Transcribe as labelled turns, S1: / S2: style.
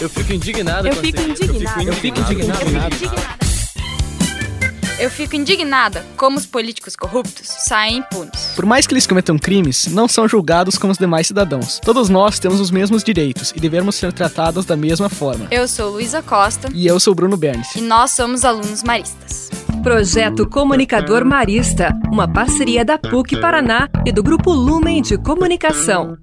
S1: Eu fico indignado
S2: Eu
S1: com
S2: fico
S1: essa-
S2: indignada.
S1: Eu fico indignado.
S2: Eu fico indignada. Eu fico indignada como os políticos corruptos saem impunes.
S3: Por mais que eles cometam crimes, não são julgados como os demais cidadãos. Todos nós temos os mesmos direitos e devemos ser tratados da mesma forma.
S2: Eu sou Luísa Costa
S3: E eu sou Bruno Bernes.
S2: e nós somos alunos maristas.
S4: Projeto Comunicador Marista, uma parceria da PUC Paraná e do Grupo Lumen de Comunicação.